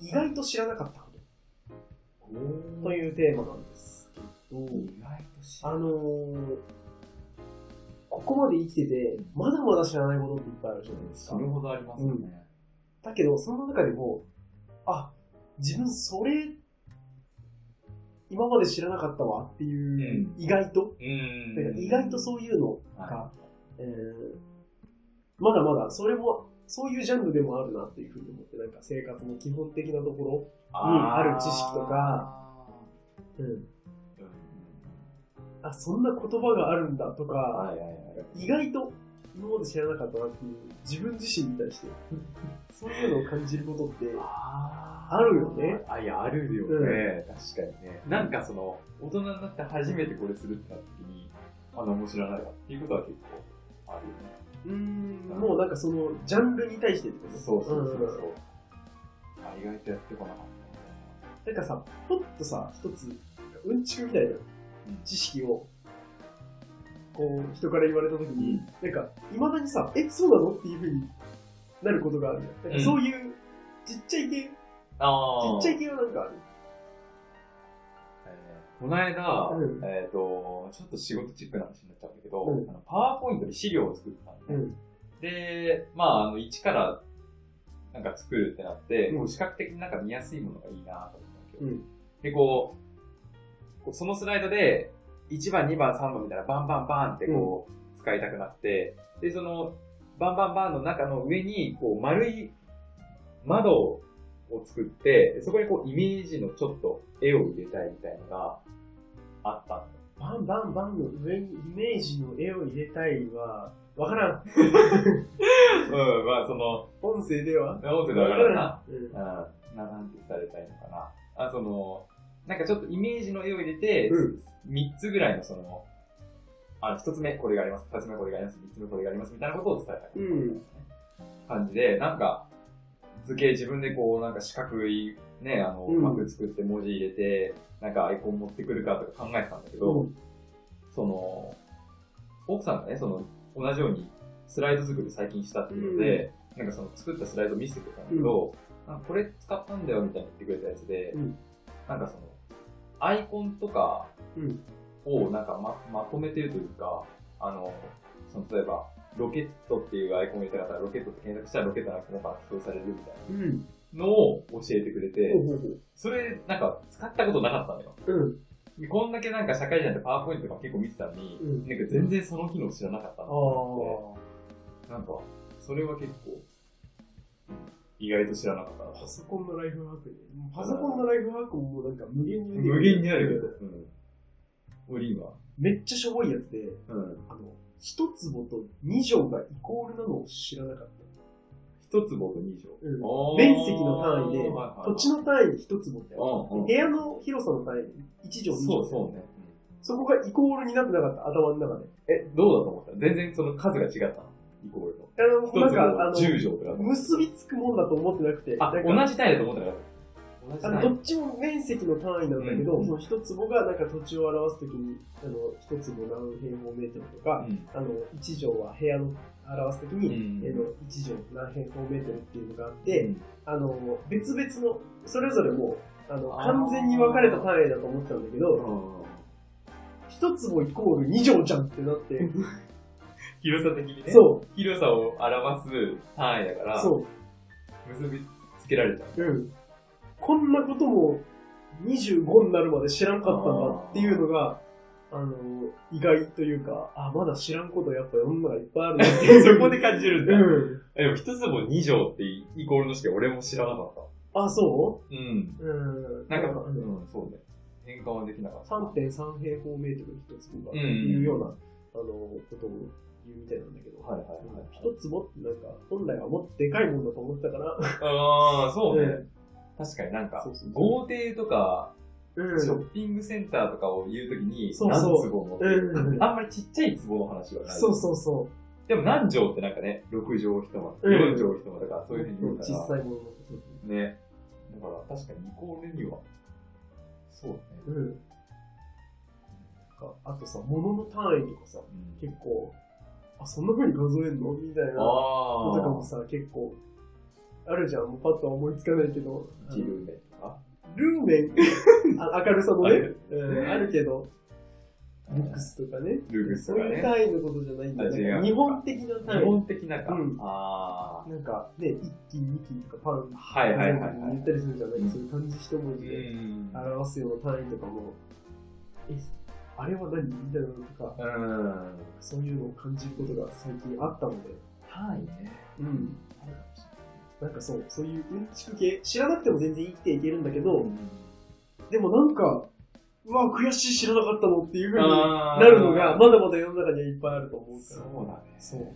Speaker 1: 意外と知らなかったことと
Speaker 2: 意
Speaker 1: いうテーマなんですけど
Speaker 2: 外と知
Speaker 1: あのー、ここまで生きててまだまだ知らないことっていっぱいあるじゃないです
Speaker 2: 死
Speaker 1: か
Speaker 2: ぬほどありますよね。
Speaker 1: だけど、その中でも、あ、自分それ、今まで知らなかったわっていう、
Speaker 2: うん
Speaker 1: 意外と、
Speaker 2: うん
Speaker 1: なんか意外とそういうの
Speaker 2: う
Speaker 1: が、
Speaker 2: は
Speaker 1: えーまだまだ、それも、そういうジャンルでもあるなっていうふうに思って、なんか生活の基本的なとこ
Speaker 2: あー
Speaker 1: ある知識とか。ろ、
Speaker 2: うんうん
Speaker 1: あ、そんな言葉があるんだとか、
Speaker 2: うんはいはいはい。
Speaker 1: 意外と今まで知らなかったなっていう、自分自身に対して、 そういうのを感じることって、
Speaker 2: あ
Speaker 1: あるよね。
Speaker 2: あ、いや、あるよね。確かにね。なんかその、大人になって初めてこれするってなった時に、あの、面白いなっていうことは結構あるよね。
Speaker 1: うーん、もうなんかその、ジャンルに対してってこと
Speaker 2: そうそうそう
Speaker 1: うん
Speaker 2: そう。あ、意外とやってこなかったね。
Speaker 1: なんかさ、ポッとさ、一つ、うんちくみたいな知識を、こう、人から言われたときに、なんか、いまだにさ、え、そうなのっていうふうになることがあるじゃん。なんかそういう、ちっちゃい系、ち
Speaker 2: あ
Speaker 1: っちゃい系はなんかある。
Speaker 2: この間、
Speaker 1: うん
Speaker 2: えっ、と、ちょっと仕事チックな話になっちゃうんだけど、
Speaker 1: うん
Speaker 2: あのパワーポイントで資料を作ったのね。
Speaker 1: うん
Speaker 2: で、まあ、あの、一から、なんか作るってなって、
Speaker 1: うん
Speaker 2: こう視覚的になんか見やすいものがいいなと思ったんだけど、
Speaker 1: うん
Speaker 2: で、こう、こうそのスライドで、1番、2番、3番みたいな、バンバンバンってこう、使いたくなって、で、その、バンバンバンの中の上に、こう、丸い窓を作って、そこにこう、イメージのちょっと絵を入れたいみたいなのがあったの
Speaker 1: バンバンバンの上にイメージの絵を入れたいは、わからん。
Speaker 2: うん、まあ、その、
Speaker 1: 音声では。
Speaker 2: 音声だからな。
Speaker 1: うん。
Speaker 2: うんな、なんてされたいのかな。あ、その、なんかちょっとイメージの絵を入れて、
Speaker 1: うん
Speaker 2: 三3つぐらいのその、あ、1つ目これがあります、2つ目これがあります、3つ目これがあります、みたいなことを伝えたい、
Speaker 1: うん
Speaker 2: 感じで、なんか、図形自分でこう、なんか四角い、ね、あの、
Speaker 1: うん
Speaker 2: マーク作って文字入れて、なんかアイコン持ってくるかとか考えてたんだけど、
Speaker 1: うん
Speaker 2: その、奥さんがね、その、同じようにスライド作り最近したっていうので、なんかその作ったスライド見せてくれたんだけど、なんかこれ使ったんだよみたいに言ってくれたやつで、
Speaker 1: うん
Speaker 2: なんかその、アイコンとか
Speaker 1: うん
Speaker 2: をなんかままとめてるというか、あの、その例えば、ロケットっていうアイコンを入れたかったら、ロケットって検索したらロケットのアイコンが表示されるみたい
Speaker 1: うん。
Speaker 2: なのを教えてくれて
Speaker 1: ほ、うほう
Speaker 2: それなんか使ったことなかったんだよ。
Speaker 1: ほううん。
Speaker 2: でこんだけなんか社会人なんてパワーポイントとか結構見てたのに、
Speaker 1: うん
Speaker 2: なんか全然その機能知らなかったな
Speaker 1: あ
Speaker 2: と思
Speaker 1: あ。
Speaker 2: って、なんか、それは結構、意外と知らなかったな
Speaker 1: パソコンのライフワークね。パソコンのライフワークももうなんか無限に
Speaker 2: 無限にあるよ。うん。オリンは。
Speaker 1: めっちゃしょぼいやつで、
Speaker 2: うん。
Speaker 1: あの、一坪と二畳がイコールなのを知らなかった。
Speaker 2: 一坪と二畳。
Speaker 1: うん
Speaker 2: あー
Speaker 1: 面積の単位で
Speaker 2: はいはいはい
Speaker 1: 土地の単位で一坪ってある
Speaker 2: うんうん
Speaker 1: 部屋の広さの単位で一畳二畳。
Speaker 2: そうそうね。
Speaker 1: そこがイコールになってなかった、頭の中で。
Speaker 2: え、どうだと思った全然その数が違ったのイコールの。
Speaker 1: あの、
Speaker 2: 一
Speaker 1: なん
Speaker 2: つ
Speaker 1: か、あ
Speaker 2: の
Speaker 1: の、
Speaker 2: 十畳とかだと思った
Speaker 1: 結びつくもんだと思ってなくて、
Speaker 2: あ
Speaker 1: なん、か
Speaker 2: 同じ単位だと思ってなかった。
Speaker 1: あ
Speaker 2: 同
Speaker 1: の
Speaker 2: じ単
Speaker 1: どっちも面積の単位なんだけど、
Speaker 2: うん
Speaker 1: その一坪がなんか土地を表すときに、あの、一坪何平方メートルとか、
Speaker 2: 位。うん
Speaker 1: あの、一畳は部屋の表すときに、
Speaker 2: うん
Speaker 1: えの一畳何平方メートルっていうのがあって、あの、別々の、それぞれもう、あの、
Speaker 2: あー
Speaker 1: 完全に分かれた単位だと思ってたんだけ
Speaker 2: う
Speaker 1: ど、
Speaker 2: ん。
Speaker 1: 一坪イコール二畳じゃんってなって、
Speaker 2: 広さ的にね。
Speaker 1: そう、
Speaker 2: 広さを表す単位だから、
Speaker 1: そ
Speaker 2: 結びつけられちゃう。
Speaker 1: う、うん。こんなことも25になるまで知らんかったんだっていうのが、あの、意外というか、あ、まだ知らんことやっぱ世の中いっぱいあるなっていう。
Speaker 2: そこで感じるんだ。
Speaker 1: うん。
Speaker 2: えでも一つも二畳ってイコールの式俺も知らなかった。
Speaker 1: あ、そ
Speaker 2: うん。
Speaker 1: ううん。
Speaker 2: なんか、う
Speaker 1: うん
Speaker 2: ん、そうね。変換はできなかった。
Speaker 1: 3.3平方メートル一坪が
Speaker 2: うん
Speaker 1: いうような、あのことを言うみたいなんだけど、
Speaker 2: はいはいはいはい
Speaker 1: 一坪ってなんか本来はもっとでかいもんだと思ってたから、
Speaker 2: ああ、そう
Speaker 1: う
Speaker 2: ね。確かになんか
Speaker 1: そうそう、そう
Speaker 2: 豪邸とか、
Speaker 1: う
Speaker 2: ショッピングセンターとかを言うときに、
Speaker 1: そう
Speaker 2: 何
Speaker 1: そう
Speaker 2: 坪
Speaker 1: う
Speaker 2: も。
Speaker 1: ん
Speaker 2: あんまりちっちゃい壺の話はない。
Speaker 1: そうそうそ
Speaker 2: でも何畳ってなんかね、6畳一間、
Speaker 1: うん
Speaker 2: 4畳一間とか、そういうふうに言うから。
Speaker 1: 小さいものの。
Speaker 2: ね。だから確かにイコールには、そうね。
Speaker 1: うん。あとさ、物の単位とかさ、結構、あ、そんな風に数えんのみたいなこ
Speaker 2: あ
Speaker 1: と
Speaker 2: あ。
Speaker 1: かもさ、結構、あるじゃん。もうパッとは思いつかないけど。
Speaker 2: 自分でとか。
Speaker 1: ルー メン、あ明るさのね、
Speaker 2: ある
Speaker 1: うん、あるけど、ルックスとかね。
Speaker 2: ルールと
Speaker 1: そう
Speaker 2: か
Speaker 1: いう
Speaker 2: ね。
Speaker 1: 単位のことじゃないんだ
Speaker 2: あ違
Speaker 1: よ。
Speaker 2: う
Speaker 1: 日本的な
Speaker 2: 日
Speaker 1: 単位。
Speaker 2: 本的なか。
Speaker 1: うん
Speaker 2: あ
Speaker 1: なんか、ね、一斤、二斤とかパン
Speaker 2: あ。、はいはいはいはい。
Speaker 1: 言ったりするじゃない、
Speaker 2: うん
Speaker 1: そういう漢字一文字で
Speaker 2: ん
Speaker 1: 表すような単位とかも、え、あれは何みたいなのとか、
Speaker 2: うん。
Speaker 1: そういうのを感じることが最近あったので、
Speaker 2: 単位ね。
Speaker 1: うん。なんかそう、そういううんちく系、知らなくても全然生きていけるんだけど、でもなんか、うわ、悔しい知らなかったのっていうふうに
Speaker 2: あー
Speaker 1: なるのが、まだまだ世の中にはいっぱいあると思う
Speaker 2: そ
Speaker 1: か
Speaker 2: うだね。
Speaker 1: ら。そう。
Speaker 2: なんか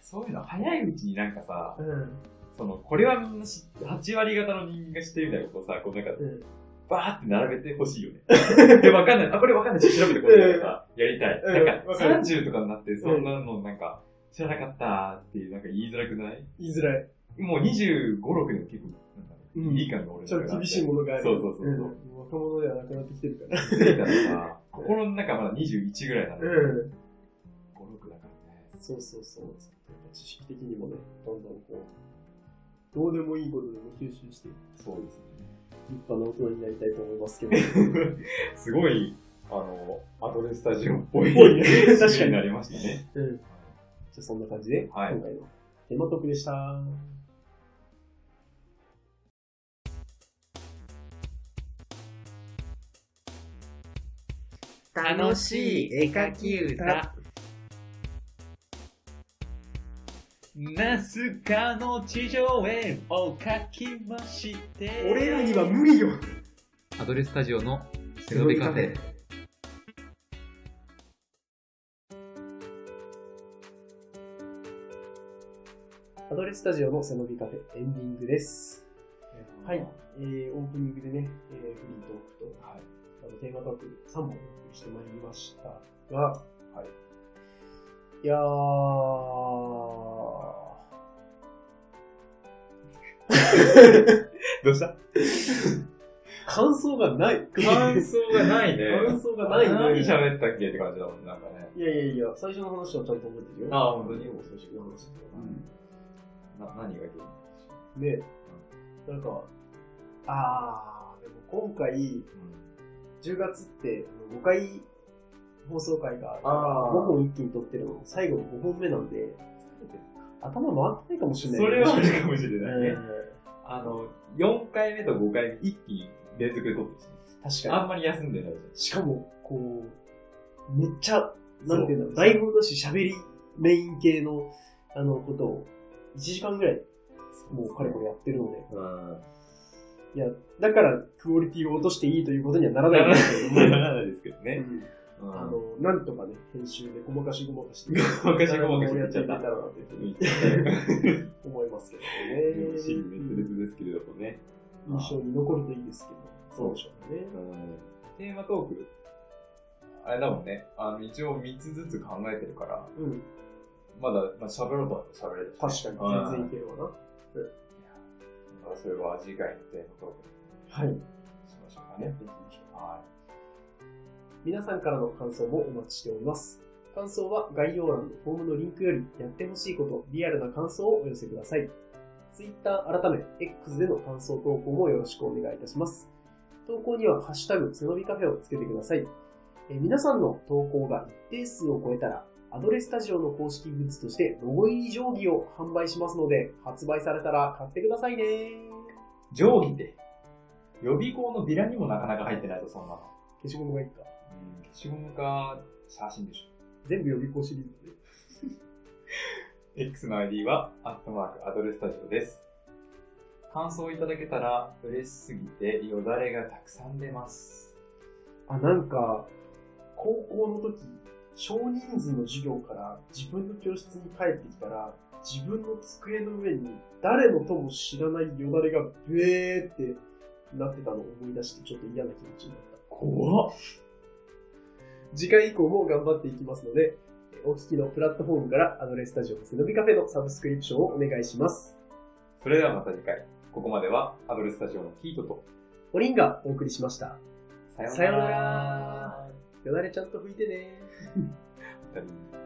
Speaker 2: そういうの早いうちになんかさ、
Speaker 1: うん。
Speaker 2: その、これはみんな知って、8割方の人間が知ってるみたいなことをさ、こうなんか、
Speaker 1: うん。
Speaker 2: バーって並べてほし いよね。で、わかんない。あ、これわかんないし、調べてこいとかさ、やりたい。
Speaker 1: うん
Speaker 2: なんか、
Speaker 1: わかる
Speaker 2: 30とかになって、そんなのなんか、知らなかったーっていう、なんか言いづらくない
Speaker 1: 言いづらい。
Speaker 2: もう25、6でも結構、なんか、
Speaker 1: うん
Speaker 2: いい感の俺
Speaker 1: ちょっと厳しいものがある。
Speaker 2: そうそうそうそうん
Speaker 1: も若者ではなくなってきてるから。
Speaker 2: 気づいたのが、心の中まだ21ぐらいなので、
Speaker 1: うん。
Speaker 2: 5、6だからね。
Speaker 1: そうそうそう。やっぱ知識的にもね、どんどんこう、どうでもいいことでも吸収して、
Speaker 2: そうです
Speaker 1: 立派な大人になりたいと思いますけど。確
Speaker 2: ね。すごい、あの、アドレスタジオっぽい
Speaker 1: ぽいね確かに
Speaker 2: 趣味になりましたね。
Speaker 1: うん。じゃあそんな感じで、
Speaker 2: はい
Speaker 1: 今回のテーマトークでした。
Speaker 3: 楽しい絵描き歌。ナスカの地上絵を描きまして
Speaker 1: 俺らには無理よ
Speaker 3: アドレスタジオのセ
Speaker 1: ロビカフェアドレススタジオの背伸びカフェエンディングです。はい。えー、オープニングでね、えー、フリートークと、
Speaker 2: はい
Speaker 1: あのテーマトーク3本お送りしてまいりましたが、はい。いや ー、
Speaker 2: どうした
Speaker 1: 感想がない。
Speaker 2: 感想がないね。
Speaker 1: 感想がないね
Speaker 2: 何喋ったっけって感じだもんね、なんかね。
Speaker 1: いやいやいや、最初の話はちゃんと覚えてるよ。
Speaker 2: あー本当に
Speaker 1: もう最初の話だから
Speaker 2: な何が原因
Speaker 1: ね、なんか、あー、でも今回、10月ってあの5回放送回が
Speaker 2: あー
Speaker 1: 5本一気に撮ってるの最後の5本目なんで、頭回ってないかもしれない。
Speaker 2: それはあるかもしれ
Speaker 1: う
Speaker 2: ないね。
Speaker 1: ん
Speaker 2: あの、4回目と5回目一気に連続で撮ってし
Speaker 1: 確
Speaker 2: ま
Speaker 1: か
Speaker 2: うあんまり休んでないじ
Speaker 1: に。しかも、こう、めっちゃ、なんていうんだろう、
Speaker 2: そう
Speaker 1: 台本なし喋りメイン系の、あの、ことを、1時間ぐらい、
Speaker 2: ゃん。
Speaker 1: もう彼もやってるので、
Speaker 2: うん。
Speaker 1: いや、だからクオリティを落としていいということにはなら
Speaker 2: な
Speaker 1: ないん
Speaker 2: ら
Speaker 1: で
Speaker 2: な
Speaker 1: すけども、
Speaker 2: いですけど
Speaker 1: う
Speaker 2: ね。
Speaker 1: ん
Speaker 2: うん
Speaker 1: あの、なんとかね、編集でごまかしごまかして、
Speaker 2: ごまかしごまかし
Speaker 1: やっ
Speaker 2: 言ってち
Speaker 1: い
Speaker 2: ゃ
Speaker 1: け
Speaker 2: ったた
Speaker 1: らなというふうに 思いますけどね。
Speaker 2: 心滅裂ですけれどもね。
Speaker 1: 印象に残るといいですけど、そうでしょうね。
Speaker 2: テーマトーク、あれだもんね。あの、一応3つずつ考えてるから、
Speaker 1: うん、
Speaker 2: まだ、まあ、喋ろうとは喋れるし。
Speaker 1: 確かに全然いけるわな。
Speaker 2: だからそれは次回のテーマト
Speaker 1: はい。
Speaker 2: ークにしましょうかね。は
Speaker 1: 皆さんからの感想もお待ちしております。感想は概要欄のフォームのリンクよりやってほしいこと、リアルな感想をお寄せください。Twitter 改め X での感想投稿もよろしくお願いいたします。投稿にはハッシュタグつのびカフェをつけてください。えー皆さんの投稿が一定数を超えたら、アドレスタジオの公式グッズとしてロゴ入り定規を販売しますので、発売されたら買ってくださいね。
Speaker 2: い。定規って、予備校のビラにもなかなか入ってないと、そんなの。
Speaker 1: 消しゴムがいいか。
Speaker 2: うん、消しゴムか、写真でしょ。
Speaker 1: 全部予備校シリーズで。
Speaker 2: X の ID は、アットマークアドレスタジオです。感想をいただけたら嬉しすぎてよだれがたくさん出ます。
Speaker 1: あ、なんか、高校の時、少人数の授業から自分の教室に帰ってきたら、自分の机の上に誰のとも知らないよだれがブエーってなってたのを思い出してちょっと嫌な気持ちになった。
Speaker 2: 怖っ
Speaker 1: 次回以降も頑張っていきますので、お聞きのプラットフォームからアドレススタジオの背伸びカフェのサブスクリプションをお願いします。
Speaker 2: それではまた次回。ここまではアドレススタジオのキートと、
Speaker 1: おりんがお送りしました。
Speaker 2: さ
Speaker 1: さようなら。よだれちゃんと拭いてね
Speaker 2: ら。